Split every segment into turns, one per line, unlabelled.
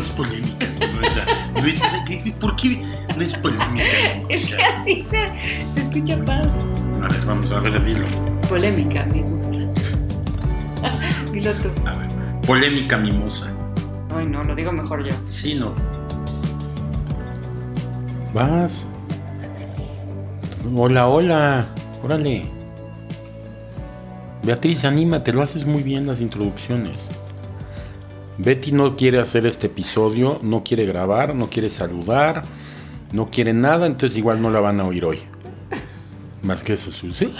es polémica, mi Luisa. Luisa, ¿por qué no es polémica, mi
Es que
Luisa?
así se, se escucha padre.
A ver, vamos a ver, dilo.
Polémica, me gusta. Dilo tú.
A ver. Polémica mimosa.
Ay, no, lo digo mejor yo.
Sí, no.
Vas. Hola, hola. Órale. Beatriz, anímate, lo haces muy bien las introducciones. Betty no quiere hacer este episodio, no quiere grabar, no quiere saludar, no quiere nada, entonces igual no la van a oír hoy. Más que eso, Susi.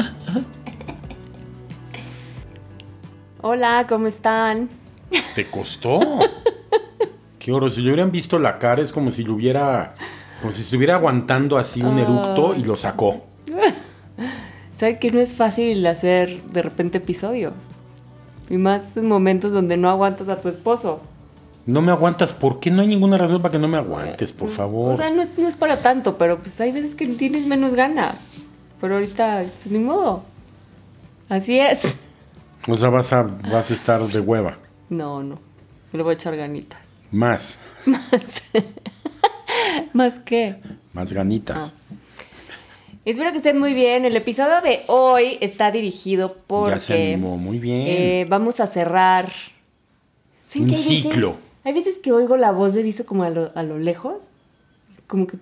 Hola, ¿cómo están?
¿Te costó? Qué oro, si le hubieran visto la cara es como si lo hubiera, como si estuviera aguantando así
Ah.
un eructo y lo sacó.
Saben que no es fácil hacer de repente episodios. Y más en momentos donde no aguantas a tu esposo.
No me aguantas, ¿por qué? No hay ninguna razón para que no me aguantes, por favor.
Pues, O sea, no es, no es para tanto, pero pues hay veces que tienes menos ganas. Pero ahorita, pues, ni modo. Así es.
vas, a, vas a estar de hueva.
No, no. Le voy a echar ganitas.
Más,
¿Más qué?
más ganitas.
Espero que estén muy bien. El episodio de hoy está dirigido Ah, porque...
ya se animó, muy bien.
Eh, vamos a cerrar. ¿Saben
Un
que hay veces-
ciclo.
hay veces que oigo la voz de Viso como a lo, a lo lejos, como que,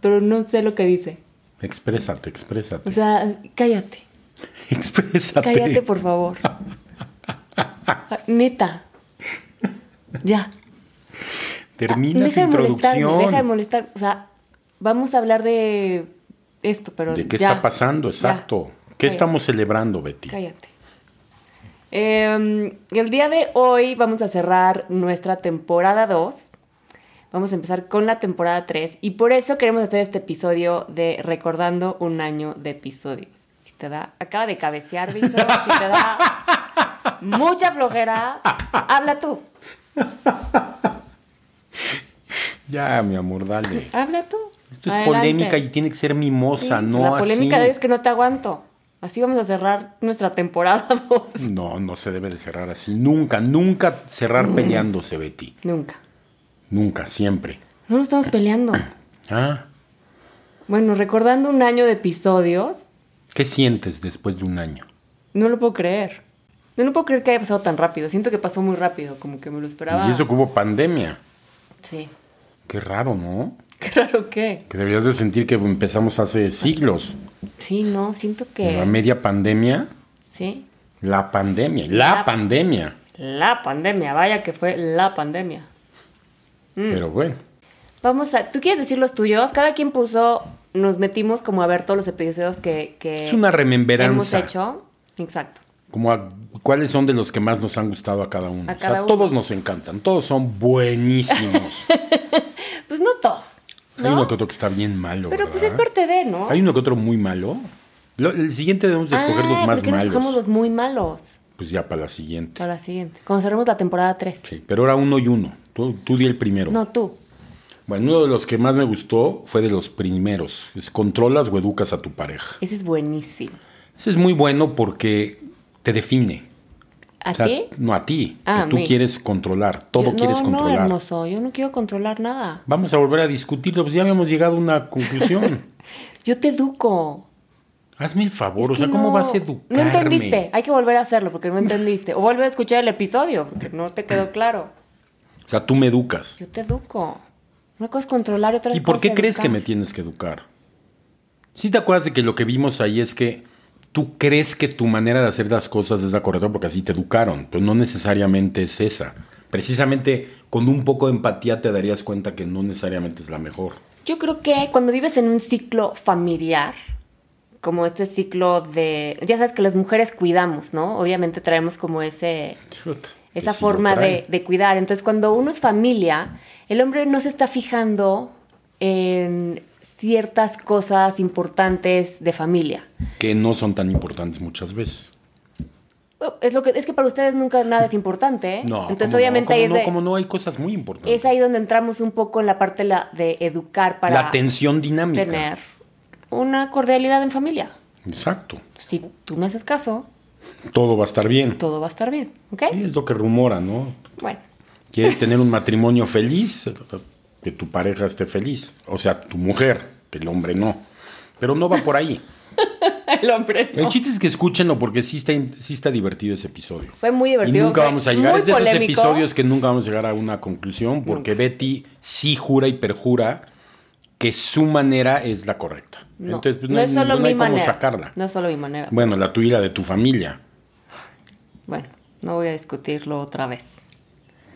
pero no sé lo que dice.
exprésate, exprésate.
O sea, cállate,
exprésate.
cállate por favor. Ah, Neta. Ya.
Termina tu
Deja de molestarme,
introducción.
deja de molestar. O sea, vamos a hablar de esto, pero
¿De qué
ya.
está pasando?
Ya.
Exacto. ¿Qué
Cállate.
estamos celebrando, Betty?
Cállate. Eh, el día de hoy vamos a cerrar nuestra temporada 2. Vamos a empezar con la temporada 3 y por eso queremos hacer este episodio de recordando un año de episodios. Si te da, acaba de cabecear, Víctor, si te da mucha flojera, habla tú,
Ya, mi amor, dale.
habla tú.
Esto es
Adelante.
polémica y tiene que ser mimosa,
Sí,
no
La polémica
así.
de hoy es que no te aguanto. Así vamos a cerrar nuestra temporada 2.
No, no se debe de cerrar así. Nunca, nunca
Mm.
cerrar peleándose, Betty.
Nunca.
Nunca, siempre.
No nos estamos peleando.
Ah,
Bueno, recordando un año de episodios,
¿qué sientes después de un año?
no lo puedo creer. No lo puedo creer que haya pasado tan rápido. Siento que pasó muy rápido, como que me lo esperaba.
Y eso que hubo pandemia.
Sí.
Qué raro, ¿no?
Claro que.
Que deberías de sentir que empezamos hace siglos.
Sí, no, siento
La
que.
media pandemia,
Sí.
la pandemia, la,
La-
pandemia.
La pandemia, vaya que fue la pandemia. Mm.
Pero bueno,
Vamos a. ¿Tú quieres decir los tuyos? Cada quien puso. Nos metimos como a ver todos los episodios que. que
es una
hemos
remembranza.
hecho. Exacto.
Como a- cuáles son de los que más nos han gustado a cada uno.
A
o sea,
cada uno.
todos nos encantan, todos son buenísimos.
Pues no todos.
Hay
¿no?
uno que otro que está bien malo.
Pero pues es
¿verdad?
parte de, ¿no?
Hay uno que otro muy malo. Lo- el siguiente debemos de escoger los
Ah,
más
¿por qué no
malos.
escogemos los muy malos.
Pues ya para la siguiente.
Para la siguiente. Cuando cerremos la temporada 3.
Sí, pero ahora uno y uno. Tú, tú di el primero.
No, tú.
Bueno, uno de los que más me gustó fue de los primeros. Es controlas o educas a tu pareja.
Ese es buenísimo.
Ese es muy bueno porque te define.
¿A
O sea,
ti?
No a ti.
Ah,
que tú
a mí.
quieres controlar. Todo
Yo- no,
quieres
No,
controlar.
hermoso, yo no quiero controlar nada.
Vamos a volver a discutirlo. Pues ya habíamos llegado a una conclusión.
Yo te educo.
Hazme el favor.
Es
o sea,
que
¿cómo
no-
vas a educarme?
No entendiste. Hay que volver a hacerlo porque no entendiste. O vuelve a escuchar el episodio porque no te quedó claro.
O sea, tú me educas.
Yo te educo. Una cosa es controlar y otra
¿Y por
cosa
qué
es
crees que me
educar.
tienes que educar? Si te acuerdas de que lo que vimos ahí es que tú crees que tu manera de hacer las cosas es la correcta porque así te educaron, pero no necesariamente es esa. Precisamente con un poco de empatía te darías cuenta que no necesariamente es la mejor.
Yo creo que cuando vives en un ciclo familiar, como este ciclo de. Ya sabes que las mujeres cuidamos, ¿no? Obviamente traemos como ese. esa
Que si lo
forma de,
traen.
de cuidar. Entonces, cuando uno es familia, el hombre no se está fijando en ciertas cosas importantes de familia.
Que no son tan importantes muchas veces.
Es lo que es que para ustedes nunca nada es importante. ¿eh?
No,
Entonces,
¿cómo
obviamente
no,
ahí
¿cómo
es,
no,
de-
¿Cómo no hay cosas muy importantes.
es ahí donde entramos un poco en la parte la- de educar para
La tensión dinámica.
tener una cordialidad en familia.
Exacto.
Si tú me haces caso,
Todo va a estar bien.
todo va a estar bien, ¿ok?
Es lo que rumora, ¿no?
Bueno,
¿Quieres tener un matrimonio feliz? Que tu pareja esté feliz. O sea, tu mujer, que el hombre no. Pero no va por ahí.
El hombre no.
El chiste es que escúchenlo porque sí está, in- sí está divertido ese episodio.
Fue muy divertido.
Y nunca
fue
vamos a llegar.
muy
Es de esos
polémico.
episodios que nunca vamos a llegar a una conclusión porque
Nunca.
Betty sí jura y perjura que su manera es la correcta.
No,
Entonces, pues, no,
no
hay-
es solo
no
mi
hay cómo
manera.
sacarla.
No es solo mi manera.
Bueno, la tuya y la de tu familia.
Bueno, no voy a discutirlo otra vez.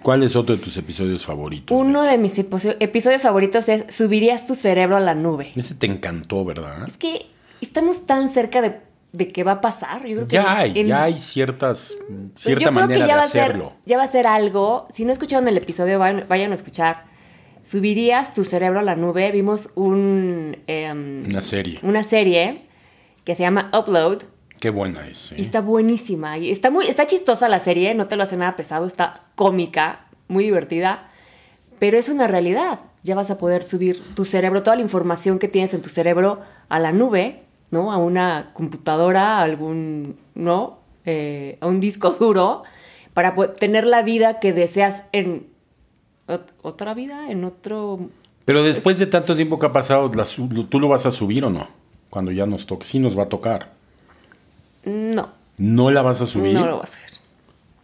¿Cuál es otro de tus episodios favoritos?
Uno de mis episo- episodios favoritos es Subirías tu cerebro a la nube.
Ese te encantó, ¿verdad?
Es que estamos tan cerca de, de que va a pasar. Yo creo que
Ya hay,
en-
ya hay ciertas, mm,
Pero
cierta
yo creo
manera
que ya
de
va a ser-
hacerlo.
ya va a ser algo. Si no escucharon el episodio, vayan, vayan a escuchar. Subirías tu cerebro a la nube. Vimos un, em,
Una serie.
una serie que se llama Upload.
Qué buena es. ¿eh?
Y está buenísima. Y está muy, está chistosa la serie, no te lo hace nada pesado, está cómica, muy divertida. Pero es una realidad. Ya vas a poder subir tu cerebro, toda la información que tienes en tu cerebro a la nube, ¿no? A una computadora, a algún, ¿no? Eh, a un disco duro, para po- tener la vida que deseas en ot- otra vida, en otro...
Pero después de tanto tiempo que ha pasado, la su- lo- ¿tú lo vas a subir o no? Cuando ya nos toque. Sí, nos va a tocar.
No,
¿No la vas a subir?
no lo vas a ver.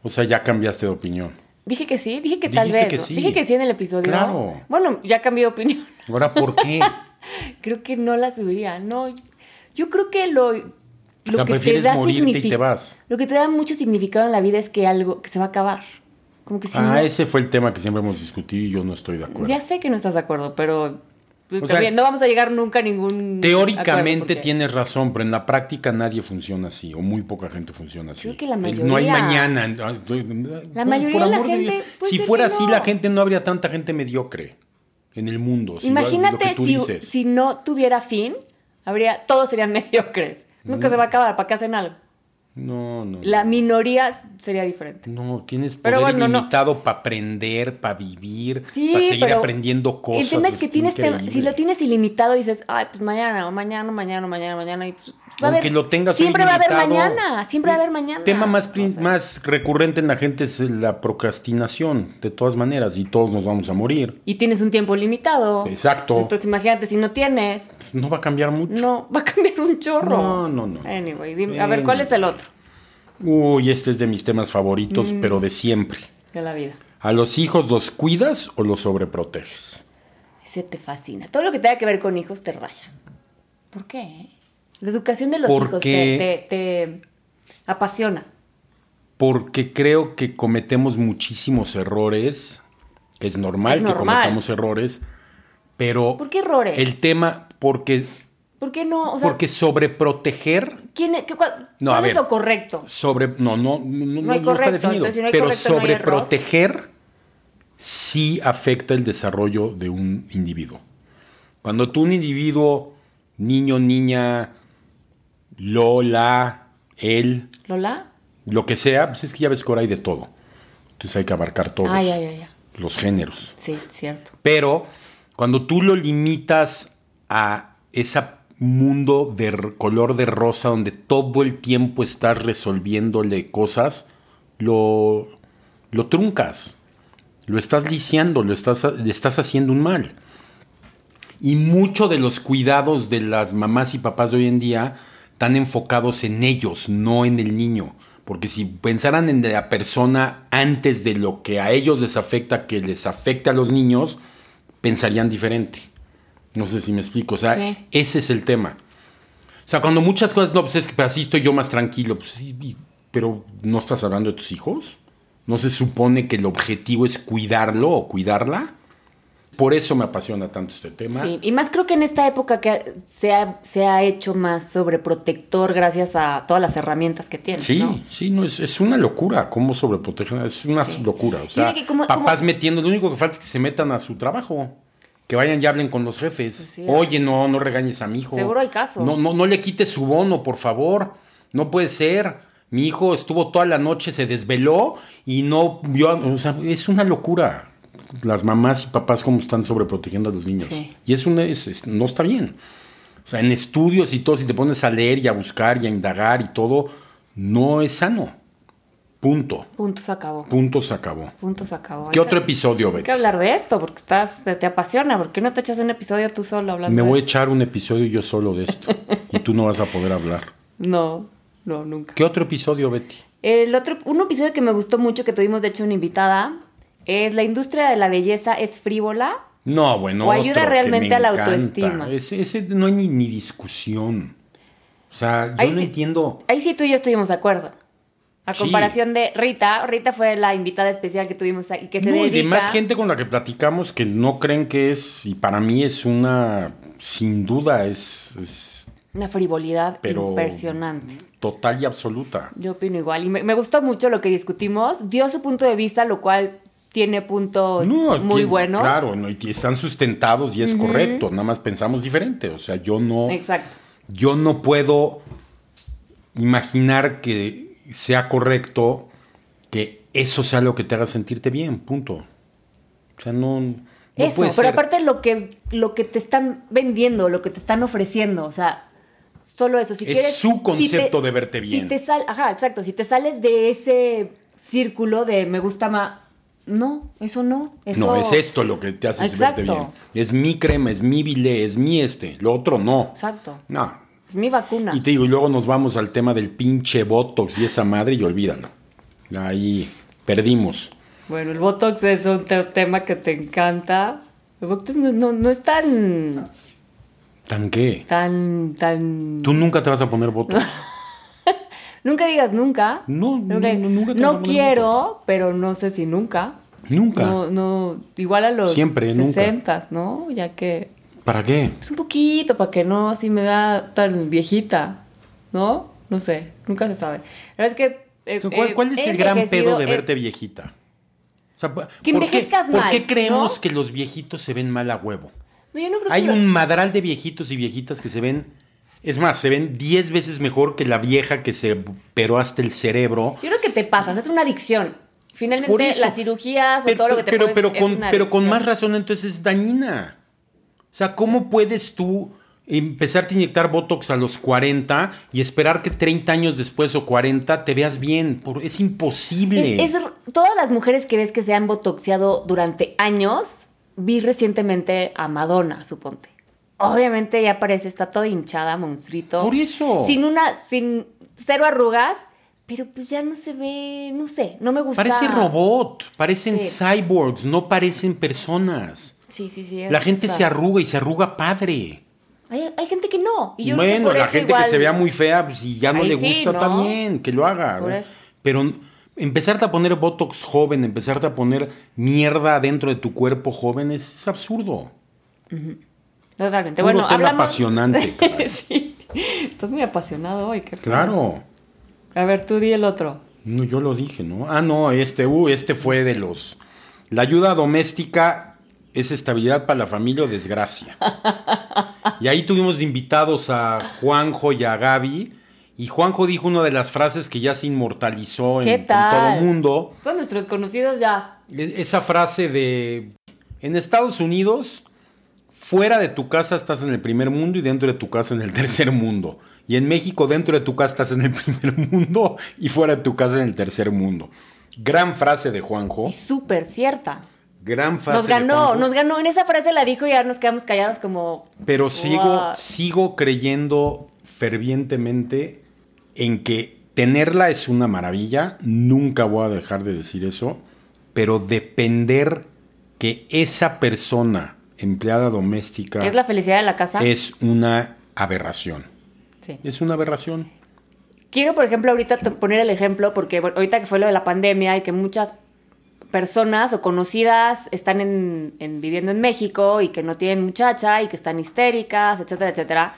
O sea, ya cambiaste de opinión.
Dije que sí, dije que tal
Dijiste
vez.
que
¿no?
sí.
Dije que sí en el episodio.
Claro.
Bueno, ya cambié de opinión.
Ahora, ¿por qué?
Creo que no la subiría. No, yo creo que lo, lo
sea, prefieres morirte y te
signifi-
vas.
Lo que te da mucho significado en la vida es que algo que se va a acabar. Como que si no-
ah, ese fue el tema que siempre hemos discutido y yo no estoy de acuerdo.
ya sé que no estás de acuerdo, pero
sea,
también no vamos a llegar nunca a ningún acuerdo,
Teóricamente
porque
tienes razón, pero en la práctica nadie funciona así, o muy poca gente funciona así.
Creo que la
El No hay
mayoría.
mañana.
La mayoría de la gente,
Dios.
pues,
si
es
fuera
que
así,
no.
la gente no habría tanta gente mediocre en el mundo. si lo- lo
Imagínate
que tú
si,
dices.
si no tuviera fin, habría todos serían mediocres.
Mm.
Nunca se va a acabar, ¿para qué hacen algo?
No, no.
La
no.
minoría sería diferente.
No, tienes poder
Pero bueno, no.
ilimitado para aprender, para vivir,
Sí,
para seguir
pero
aprendiendo cosas. este,
El tema es que tienes, tema-
increíble.
si lo tienes ilimitado, dices, ay, pues mañana, o mañana, mañana, mañana, mañana. Y pues, va a
Aunque
haber-
lo tengas hoy
Siempre va a haber
limitado.
mañana, siempre va a haber mañana.
tema más, prin-
O sea,
más recurrente en la gente es la procrastinación, de todas maneras, y todos nos vamos a morir.
Y tienes un tiempo limitado.
Exacto.
Entonces imagínate, si no tienes,
No va a cambiar mucho.
no, va a cambiar un chorro.
No, no, no.
Anyway, dime, a ver, ¿cuál es el otro
Uy, este es de mis temas favoritos,
Mm.
pero de siempre.
de la vida?
¿A los hijos los cuidas o los sobreproteges?
Ese te fascina. Todo lo que tenga que ver con hijos te raya. ¿Por qué? La educación de los
¿Por
hijos
qué?
te- te- te apasiona.
Porque creo que cometemos muchísimos errores, que es normal,
Es normal.
que cometamos errores, pero...
¿Por qué errores?
El tema, porque,
¿Por qué no? O sea,
porque sobreproteger
¿quién, es- qué- cuál,
No, a
cuál es
ver.
lo correcto?
sobre no no no, no-
No hay
no está
correcto,
definido
entonces, si no hay
pero
correcto, no hay error.
sobreproteger sí afecta el desarrollo de un individuo cuando tú un individuo niño niña lola él
¿Lola?
lo que sea pues es que ya ves que ahora hay de todo entonces hay que abarcar todos
Ay, ay, ay, ay.
los géneros
Sí, cierto.
pero cuando tú lo limitas a ese mundo de r- color de rosa donde todo el tiempo estás resolviéndole cosas, lo, lo truncas, lo estás lisiando, lo estás, ha- le estás haciendo un mal. Y mucho de los cuidados de las mamás y papás de hoy en día están enfocados en ellos, no en el niño. Porque si pensaran en la persona antes de lo que a ellos les afecta, que les afecta a los niños, pensarían diferente. No sé si me explico. O sea,
Sí.
ese es el tema. O sea, cuando muchas cosas, no, pues es que pues, así estoy yo más tranquilo. Pues sí, y- pero ¿no estás hablando de tus hijos? ¿No se supone que el objetivo es cuidarlo o cuidarla? Por eso me apasiona tanto este tema.
Sí, y más creo que en esta época que se ha, se ha hecho más sobreprotector gracias a todas las herramientas que tiene.
Sí,
¿no?
sí, no, es, es una locura cómo sobreprotegen. Es una
Sí.
locura. O
Yo
sea,
creo que como-
papás
como-
metiendo, lo único que falta es que se metan a su trabajo. Que vayan y hablen con los jefes.
Pues sí.
Oye, no, no regañes a mi hijo.
Seguro hay casos.
No, no, no le quites su bono, por favor. No puede ser. Mi hijo estuvo toda la noche, se desveló y no vio. a- O sea, es una locura. Las mamás y papás cómo están sobreprotegiendo a los niños.
Sí.
Y es una, es- es- no está bien. O sea, en estudios y todo, si te pones a leer y a buscar y a indagar y todo, no es sano. Punto.
Punto se acabó.
Punto se acabó.
Punto se acabó.
¿Qué
Hay
otro
que-
episodio,
Hay
Betty?
que hablar de esto porque estás, te, te apasiona. ¿Por qué no te echas un episodio tú solo hablando?
Me
de-
voy a echar un episodio yo solo de esto. y tú no vas a poder hablar.
No, no, nunca.
¿Qué otro episodio, Betty?
El otro, un episodio que me gustó mucho, que tuvimos de hecho una invitada, es la industria de la belleza es frívola.
No, bueno.
O ayuda
otro que
realmente
me
a la
encanta.
autoestima.
Ese, ese no hay ni, ni discusión. O sea, yo
Ahí
no
sí.
entiendo.
Ahí sí tú y yo estuvimos de acuerdo. A
Sí.
comparación de Rita, Rita fue la invitada especial que tuvimos y que se
No, y
dedica-
demás gente con la que platicamos que no creen que es, y para mí es una, sin duda, es, es
Una frivolidad
Pero-
impresionante.
total y absoluta.
Yo opino igual. Y me, me gustó mucho lo que discutimos. Dio su punto de vista, lo cual tiene puntos
No,
Pues muy
tiene-
buenos.
Claro, no, y están sustentados y es correcto, nada más pensamos diferente. O sea, yo no,
Exacto.
yo no puedo imaginar que sea correcto que eso sea lo que te haga sentirte bien, punto. O sea, no, no
Eso,
puede
pero
ser.
aparte lo que, lo que te están vendiendo, lo que te están ofreciendo, o sea, solo eso. Si
Es
quieres,
su
si te-
concepto de verte bien.
Si te sal, ajá, exacto. Si te sales de ese círculo de me gusta más, no, eso no. Eso,
No, es esto lo que te hace
Exacto.
verte bien. Es mi crema, es mi bilé, es mi este. Lo otro no.
Exacto.
No.
Es mi vacuna.
Y te digo, y luego nos vamos al tema del pinche Botox y esa madre y olvídalo. Ahí perdimos.
Bueno, el Botox es un te- tema que te encanta. El Botox no, no- no es tan,
¿Tan qué?
tan, tan...
Tú nunca te vas a poner Botox.
Nunca digas nunca.
No, no, no, nunca te vas a
No
poner
quiero, pero no sé si nunca.
Nunca.
No, no, igual a los
Siempre, nunca.
60, ¿no? Ya que,
¿Para qué?
pues un poquito, para que no así me da tan viejita, ¿no? No sé, nunca se sabe. La verdad es que... eh,
¿Cuál,
eh,
cuál es
he
el gran
envejecido,
pedo de
eh,
verte viejita? O sea, ¿por
Que
qué-
envejezcas
¿Por qué
mal,
creemos
¿no?
que los viejitos se ven mal a huevo?
no, yo no creo
Hay
que Pues lo-
un madral de viejitos y viejitas que se ven. Es más, se ven 10 veces mejor que la vieja que se operó hasta el cerebro.
Yo creo que te pasas, es una adicción. Finalmente,
Por eso.
las cirugías o
Pero,
todo lo que te
pero,
pones
pero
es
con,
una
pero con
adicción.
más razón entonces es dañina. O sea, ¿cómo puedes tú empezarte a inyectar Botox a los 40 y esperar que 30 años después o 40 te veas bien? Por- es imposible.
Es- es- todas las mujeres que ves que se han botoxiado durante años, vi recientemente a Madonna, suponte. Obviamente ya parece, está toda hinchada, monstruito.
Por eso.
Sin una, sin cero arrugas, pero pues ya no se ve, no sé, no me gusta.
Parece robot, parecen
Sí.
cyborgs, no parecen personas.
Sí, sí, sí.
La gente se
arruga.
arruga y se arruga padre.
Hay, hay gente que no. Y yo creo que
bueno,
por
la
eso
gente que
igual-
se vea muy fea, pues, si ya no
Ahí
le
sí,
gusta,
¿no?
está bien, que lo haga.
Por
¿no?
eso.
Pero n- empezarte a poner Botox joven, empezarte a poner mierda dentro de tu cuerpo joven, es, es absurdo.
Totalmente.
Puro
bueno,
tema
hablamos...
apasionante, caray.
sí. Estás muy apasionado hoy. qué pedo.
Claro.
A ver, tú di el otro.
No, yo lo dije, ¿no? Ah, no, este, uh, este fue de los. La ayuda doméstica es estabilidad para la familia o desgracia. Y ahí tuvimos de invitados a Juanjo y a Gaby. Y Juanjo dijo una de las frases que ya se inmortalizó en,
¿Qué
en todo
tal?
el mundo.
Todos nuestros conocidos ya.
E- Esa frase de en Estados Unidos, fuera de tu casa estás en el primer mundo y dentro de tu casa en el tercer mundo. Y en México, dentro de tu casa estás en el primer mundo y fuera de tu casa en el tercer mundo. Gran frase de Juanjo.
Y súper cierta.
Gran frase
Nos
de
ganó,
Juanjo.
nos ganó. En esa frase la dijo y ya nos quedamos callados como...
Pero sigo,
Wow.
sigo creyendo fervientemente en que tenerla es una maravilla. Nunca voy a dejar de decir eso. Pero depender que esa persona, empleada doméstica,
Es la felicidad de la casa.
es una aberración.
Sí.
Es una aberración.
Quiero, por ejemplo, ahorita te- poner el ejemplo, porque bueno, ahorita que fue lo de la pandemia y que muchas personas o conocidas están en- en- viviendo en México y que no tienen muchacha y que están histéricas, etcétera, etcétera.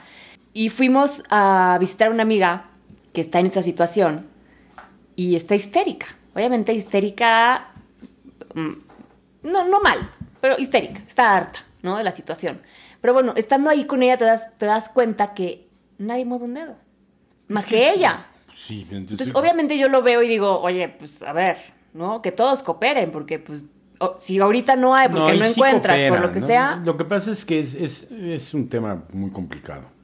Y fuimos a visitar a una amiga que está en esa situación y está histérica. Obviamente histérica, mm, no, no mal, pero histérica, está harta, ¿no? De la situación. Pero bueno, estando ahí con ella te das, te das cuenta que nadie mueve un dedo, más que, ella.
Sí,
Entonces, obviamente yo lo veo y digo, oye, pues a ver, ¿no? Que todos cooperen, porque pues o- si ahorita no hay, porque no,
y sí
encuentras, por
coopera,
lo que
¿no?
sea,
Lo que pasa es que es, es- es un tema muy complicado.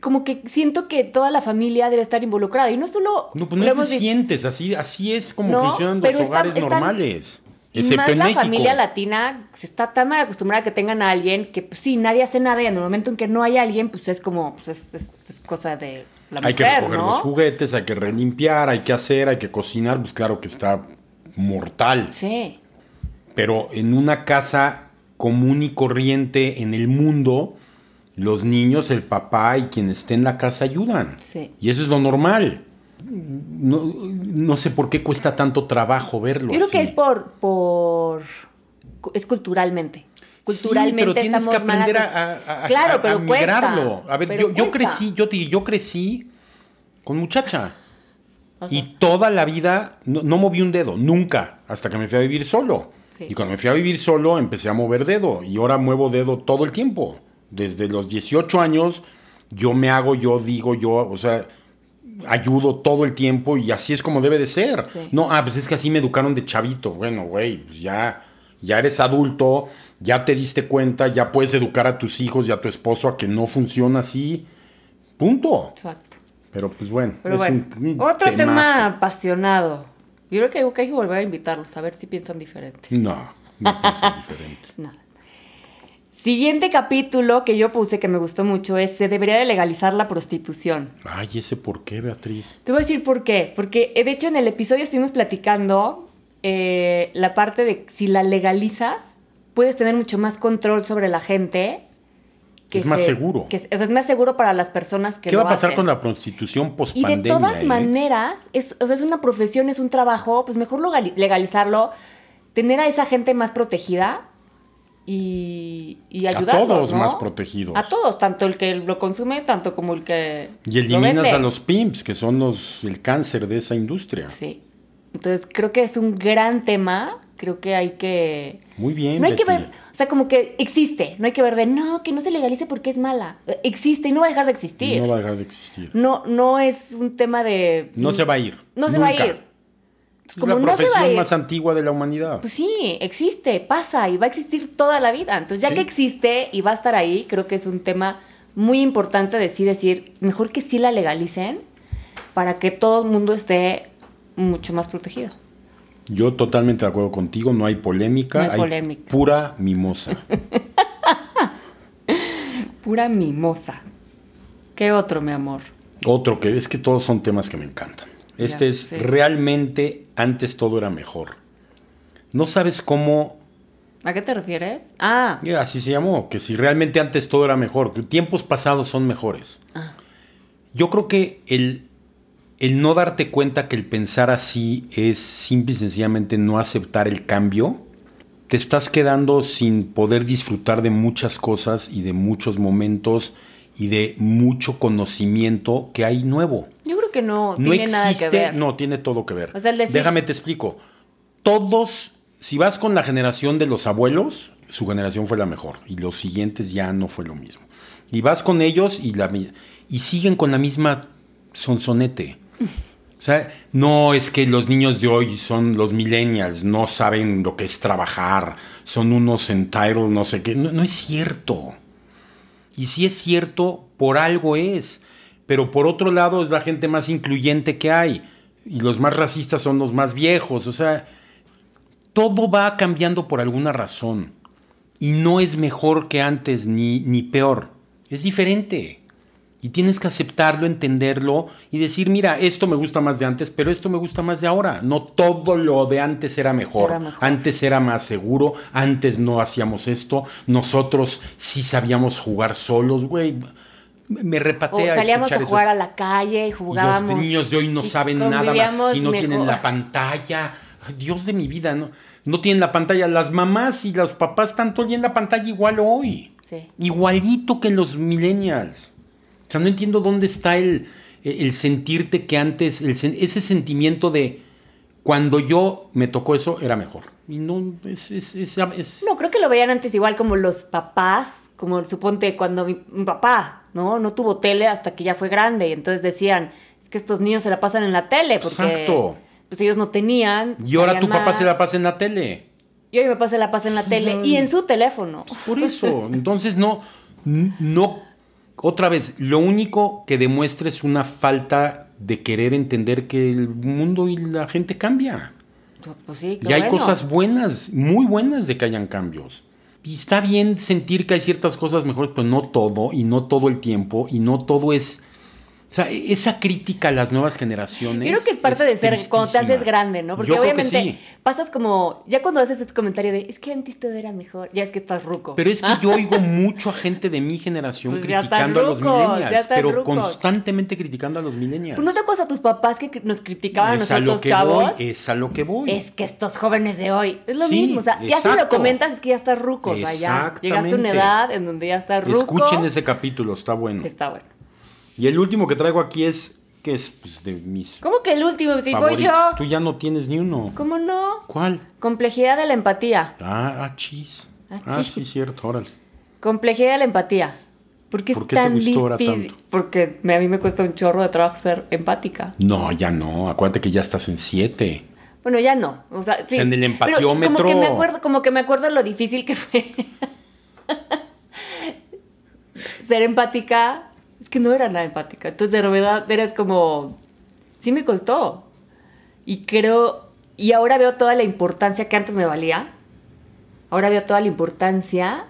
como que siento que toda la familia debe estar involucrada. Y no solo.
No,
lo
pues no
hemos
te
visto-
sientes, así, así es como
No,
funcionan los
pero está-
hogares
están-
normales.
Y
Excepto
más
en
la
México.
familia latina se está tan mal acostumbrada a que tengan a alguien que, pues sí, nadie hace nada y en el momento en que no hay alguien, pues es como, pues es, es- es cosa de la
hay que
mujer,
recoger
¿no?
los juguetes, hay que relimpiar, hay que hacer, hay que cocinar, pues claro que está mortal.
Sí.
Pero en una casa común y corriente en el mundo, los niños, el papá y quien esté en la casa ayudan.
Sí.
Y eso es lo normal. No, no sé por qué cuesta tanto trabajo verlo.
Yo creo que
así.
es por, por es culturalmente.
Sí,
Culturalmente
pero tienes
estamos
que aprender
mal
a, a- a-
Claro,
a-
pero
a migrarlo.
cuesta,
a ver,
pero
yo, yo
cuesta.
crecí, yo te digo, yo crecí con muchacha.
Ajá.
Y toda la vida no, no moví un dedo, nunca, hasta que me fui a vivir solo.
Sí.
Y cuando me fui a vivir solo empecé a mover dedo y ahora muevo dedo todo el tiempo. Desde los 18 años yo me hago, yo digo, yo, o sea, ayudo todo el tiempo y así es como debe de ser.
Sí.
No, ah, pues es que así me educaron de chavito. Bueno, güey, pues ya, ya eres adulto, ya te diste cuenta, ya puedes educar a tus hijos y a tu esposo a que no funciona así. Punto.
Exacto.
Pero pues bueno,
Pero
es
bueno,
un- un
otro tema
temazo.
apasionado. Yo creo que hay- que hay que volver a invitarlos, a ver si piensan diferente.
No, no pienso diferente.
Nada. Siguiente capítulo que yo puse que me gustó mucho es se debería de legalizar la prostitución.
Ay, ¿ese por qué, Beatriz?
Te voy a decir por qué. Porque eh, de hecho en el episodio estuvimos platicando eh, la parte de si la legalizas, puedes tener mucho más control sobre la gente.
Es más seguro.
que es- o sea, es más seguro para las personas que
¿Qué va a
lo
pasar
hacen.
con la prostitución
Y
pospandemia?
de todas
eh?
maneras, es, o sea, es una profesión, es un trabajo, pues mejor logali- legalizarlo, tener a esa gente más protegida y, y
A
ayudarlos,
todos
¿no?
más protegidos.
A todos, tanto el que lo consume, tanto como el que
Y
lo
eliminas
vende.
a los pimps, que son los el cáncer de esa industria.
Sí. Entonces, creo que es un gran tema, creo que hay que...
Muy bien,
No hay que
Betty.
ver, o sea, como que existe, no hay que ver de, no, que no se legalice porque es mala. Eh, Existe y no va a dejar de existir.
No
No,
va a dejar de existir.
no, es un tema de...
No se va a ir.
No se va
Nunca.
a ir.
Es
Como
la
no se
profesión
va a ir,
más antigua de la humanidad.
pues sí, existe, pasa y va a existir toda la vida. Entonces, ya
Sí.
que existe y va a estar ahí, creo que es un tema muy importante de sí decir, mejor que sí la legalicen para que todo el mundo esté mucho más protegido.
Yo totalmente de acuerdo contigo, no hay polémica,
No hay polémica.
pura mimosa.
Pura mimosa. ¿Qué otro, mi amor?
Otro que es que todos son temas que me encantan. Este
Ya,
es
sí.
realmente antes todo era mejor. No sabes cómo
¿A qué te refieres? Ah,
Eh, Así se llamó, que si realmente antes todo era mejor, que tiempos pasados son mejores.
Ah.
Yo creo que el, el no darte cuenta que el pensar así es simple y sencillamente no aceptar el cambio, te estás quedando sin poder disfrutar de muchas cosas y de muchos momentos y de mucho conocimiento que hay nuevo.
yo creo que no,
No
tiene nada
existe,
que ver.
no, tiene todo que ver.
O sea, el decir-
Déjame te explico. Todos, si vas con la generación de los abuelos, su generación fue la mejor y los siguientes ya no fue lo mismo. Y vas con ellos y la mi- y siguen con la misma sonsonete. O sea, no es que los niños de hoy son los millennials, no saben lo que es trabajar, son unos entitled, no sé qué. No, no es cierto. Y si es cierto, por algo es. Pero por otro lado, es la gente más incluyente que hay. Y los más racistas son los más viejos. O sea, todo va cambiando por alguna razón. Y no es mejor que antes, ni, ni peor. Es diferente. Y tienes que aceptarlo, entenderlo y decir, mira, esto me gusta más de antes, pero esto me gusta más de ahora. No todo lo de antes era mejor.
Era mejor.
Antes era más seguro, antes no hacíamos esto, nosotros sí sabíamos jugar solos, güey. Me
O
repatea
salíamos
escuchar
a
eso.
jugar a la calle y
Y
jugábamos.
Los niños de hoy no
y
saben nada más
convivíamos
si no tienen
mejor.
la pantalla. Ay, Dios de mi vida, no, no tienen la pantalla. Las mamás y los papás están todo el día en la pantalla igual hoy.
Sí.
Igualito que los millennials. O sea, no entiendo dónde está el, el sentirte que antes, el sen- ese sentimiento de cuando yo me tocó eso era mejor. Y no, es, es- es- es-
No, creo que lo veían antes igual como los papás, como suponte cuando mi, mi papá, ¿no? No tuvo tele hasta que ya fue grande y entonces decían, es que estos niños se la pasan en la tele porque
Exacto.
pues ellos no tenían.
Y ahora tu
sabían
papá
más.
se la pasa en la tele.
Y hoy mi papá se
Pues,
la pasa en la tele y en su teléfono.
Por eso. Entonces no, n- no, Otra vez, lo único que demuestra es una falta de querer entender que el mundo y la gente cambia.
Pues sí, qué
Y hay
bueno.
cosas buenas, muy buenas de que hayan cambios. Y está bien sentir que hay ciertas cosas mejores, pero no todo, y no todo el tiempo, y no todo es... O sea, e- esa crítica a las nuevas generaciones...
Yo creo que es parte de ser cuando te
tristísima.
haces grande, ¿no? Porque
Yo creo que sí.
obviamente pasas como. Ya cuando haces ese comentario de es que antes todo era mejor, ya es que estás ruco.
Pero es que yo oigo mucho a gente de mi generación
Pues ya están
criticando a los
rucos, ya
millennials,
están
pero
rucos.
constantemente criticando a los millennials.
Pues no te acuerdas a tus papás que cri- nos criticaban a
es a lo
nosotros,
que
chavos.
voy, es a lo que voy.
Es que estos jóvenes de hoy es lo
Sí,
mismo. O sea, ya si lo
exacto.
comentas es que ya estás ruco. O sea, ya llegaste a una
Exactamente.
edad en donde ya estás ruco.
Escuchen ese capítulo, está bueno.
Está bueno.
Y el último que traigo aquí es, que es pues, de mis
¿Cómo que el último? Si voy
favoritos.
yo.
Tú ya no tienes ni uno.
¿Cómo no?
¿Cuál?
Complejidad de la empatía.
Ah, ah, chis.
Ah,
Ah,
chis.
sí, cierto, órale.
Complejidad de la empatía. ¿Por qué,
¿Por
es
qué te
tan
gustó ahora
difícil?
tanto?
Porque me- a mí me cuesta un chorro de trabajo ser empática.
No, ya no. Acuérdate que ya estás en siete.
Bueno, ya no. O sea, sí.
sea, en el
Pero
empatiómetro.
Como que me acuerdo, como que me acuerdo lo difícil que fue. Ser empática. Es que no era nada empática. Entonces, de verdad, eres como. Sí me costó. Y creo. Y ahora veo toda la importancia que antes me valía. Ahora veo toda la importancia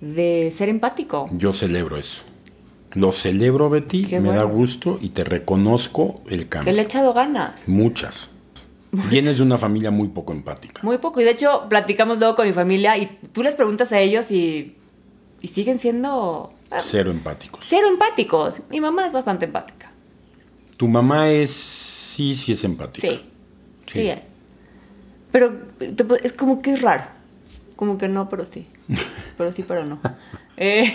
de ser empático.
Yo celebro eso. Lo celebro, Betty.
Qué
me da
bueno.
gusto y te reconozco el
Que
cambio.
le he echado ganas.
Muchas. Vienes de una familia muy poco empática.
Muy poco. Y de hecho, platicamos luego con mi familia y tú les preguntas a ellos y, y siguen siendo ah,
Cero empáticos.
cero empáticos. Mi mamá es bastante empática.
Tu mamá es. Sí, sí es empática.
Sí. Sí, es. Pero te pu- es como que es raro. Como que no, pero sí. Pero sí, pero no. Eh,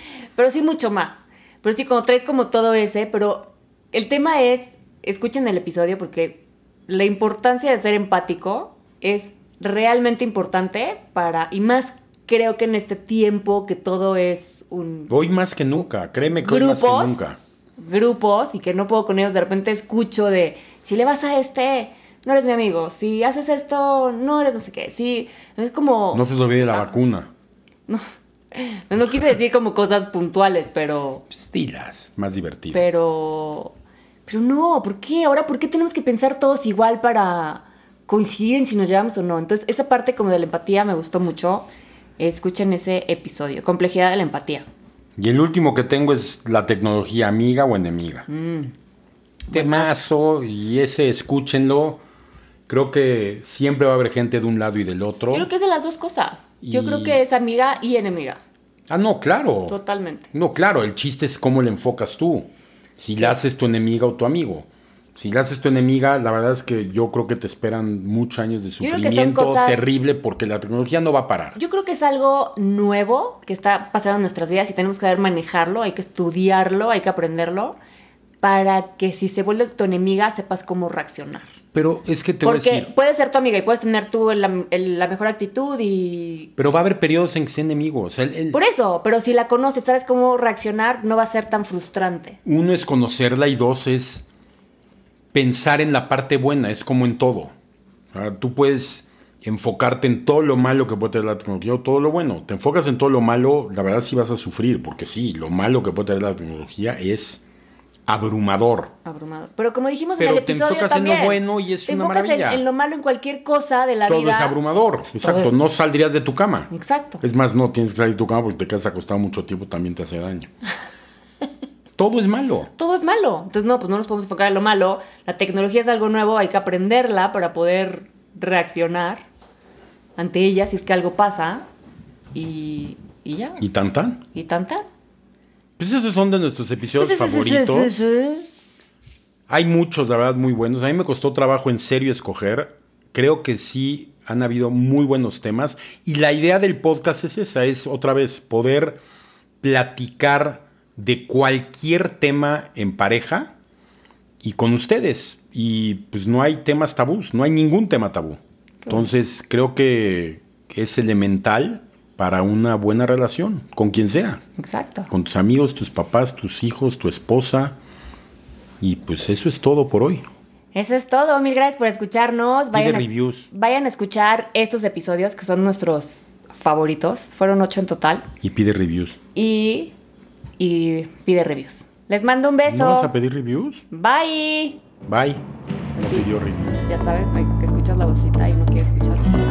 pero sí mucho más. Pero sí, como traes como todo ese, pero el tema es, escuchen el episodio porque la importancia de ser empático es realmente importante para, y más creo que en este tiempo que todo es un
Hoy más que nunca. Créeme que hoy más
grupos,
que nunca.
grupos y que no puedo con ellos, de repente escucho de, si le vas a este, no eres mi amigo, si haces esto, no eres no sé qué, si es como,
No
no,
se te olvide la
Ah.
vacuna.
no quise decir como cosas puntuales, pero,
Pues dilas. Más divertido.
pero, pero no, ¿por qué? Ahora, ¿por qué tenemos que pensar todos igual para coincidir en si nos llevamos o no? Entonces, esa parte como de la empatía me gustó mucho. Escuchen ese episodio, complejidad de la empatía.
Y el último que tengo es la tecnología amiga o enemiga.
Mm. Pues,
Temazo, y ese escúchenlo. Creo que siempre va a haber gente de un lado y del otro.
Yo creo que es de las dos cosas. Yo
Y-
creo que es amiga y enemiga.
Ah, no, claro.
Totalmente.
No, claro, el chiste es cómo le enfocas tú. Si la haces tu enemiga o tu amigo. Si la haces tu enemiga, la verdad es que yo creo que te esperan muchos años de
creo que son
sufrimiento
cosas-
terrible porque la tecnología no va a parar.
Yo creo que es algo nuevo que está pasando en nuestras vidas y tenemos que saber manejarlo, hay que estudiarlo, hay que aprenderlo para que si se vuelve tu enemiga sepas cómo reaccionar.
Pero es que te voy a
Porque
decir,
puedes ser tu amiga y puedes tener tú la, el- la mejor actitud y...
pero va a haber periodos en que sea enemigo. O sea, el- el-
Por eso, pero si la conoces, sabes cómo reaccionar, no va a ser tan frustrante.
uno es conocerla y dos es pensar en la parte buena, es como en todo. O sea, tú puedes enfocarte en todo lo malo que puede tener la tecnología o todo lo bueno. Te enfocas en todo lo malo, la verdad sí vas a sufrir, porque sí, lo malo que puede tener la tecnología es abrumador.
Abrumado. Pero como dijimos en
Pero
el
te
episodio
enfocas en lo
también,
bueno y es
te
una
enfocas en-
maravilla.
En, lo malo en cualquier cosa de la
Todo
vida.
es abrumador, exacto,
es-
no saldrías de tu cama.
Exacto.
Es más, no tienes que salir de tu cama porque te quedas acostado mucho tiempo, también te hace daño. todo es malo.
todo es malo. Entonces, no, pues no nos podemos enfocar en lo malo. La tecnología es algo nuevo, hay que aprenderla para poder reaccionar ante ella si es que algo pasa. Y, y ya.
¿Y tan tan?
Y Pues tanta.
Pues esos son de nuestros episodios favoritos. Hay muchos, la verdad, muy buenos. A mí me costó trabajo en serio escoger. Creo que sí han habido muy buenos temas. Y la idea del podcast es esa, es otra vez poder platicar de cualquier tema en pareja y con ustedes. Y pues no hay temas tabús, no hay ningún tema tabú. Entonces creo que es elemental para una buena relación, con quien sea
Exacto.
con tus amigos, tus papás, tus hijos, tu esposa. Y pues eso es todo por hoy.
Eso es todo. Mil gracias por escucharnos. Vayan, a-
reviews.
vayan a escuchar estos episodios que son nuestros favoritos. Fueron ocho en total.
Y pide reviews.
Y y pide reviews. Les mando un beso.
¿No vas a pedir reviews?
Bye.
Bye. No
Sí.
pidió reviews.
Ya saben, que escuchas la vocita y no quieres escucharla.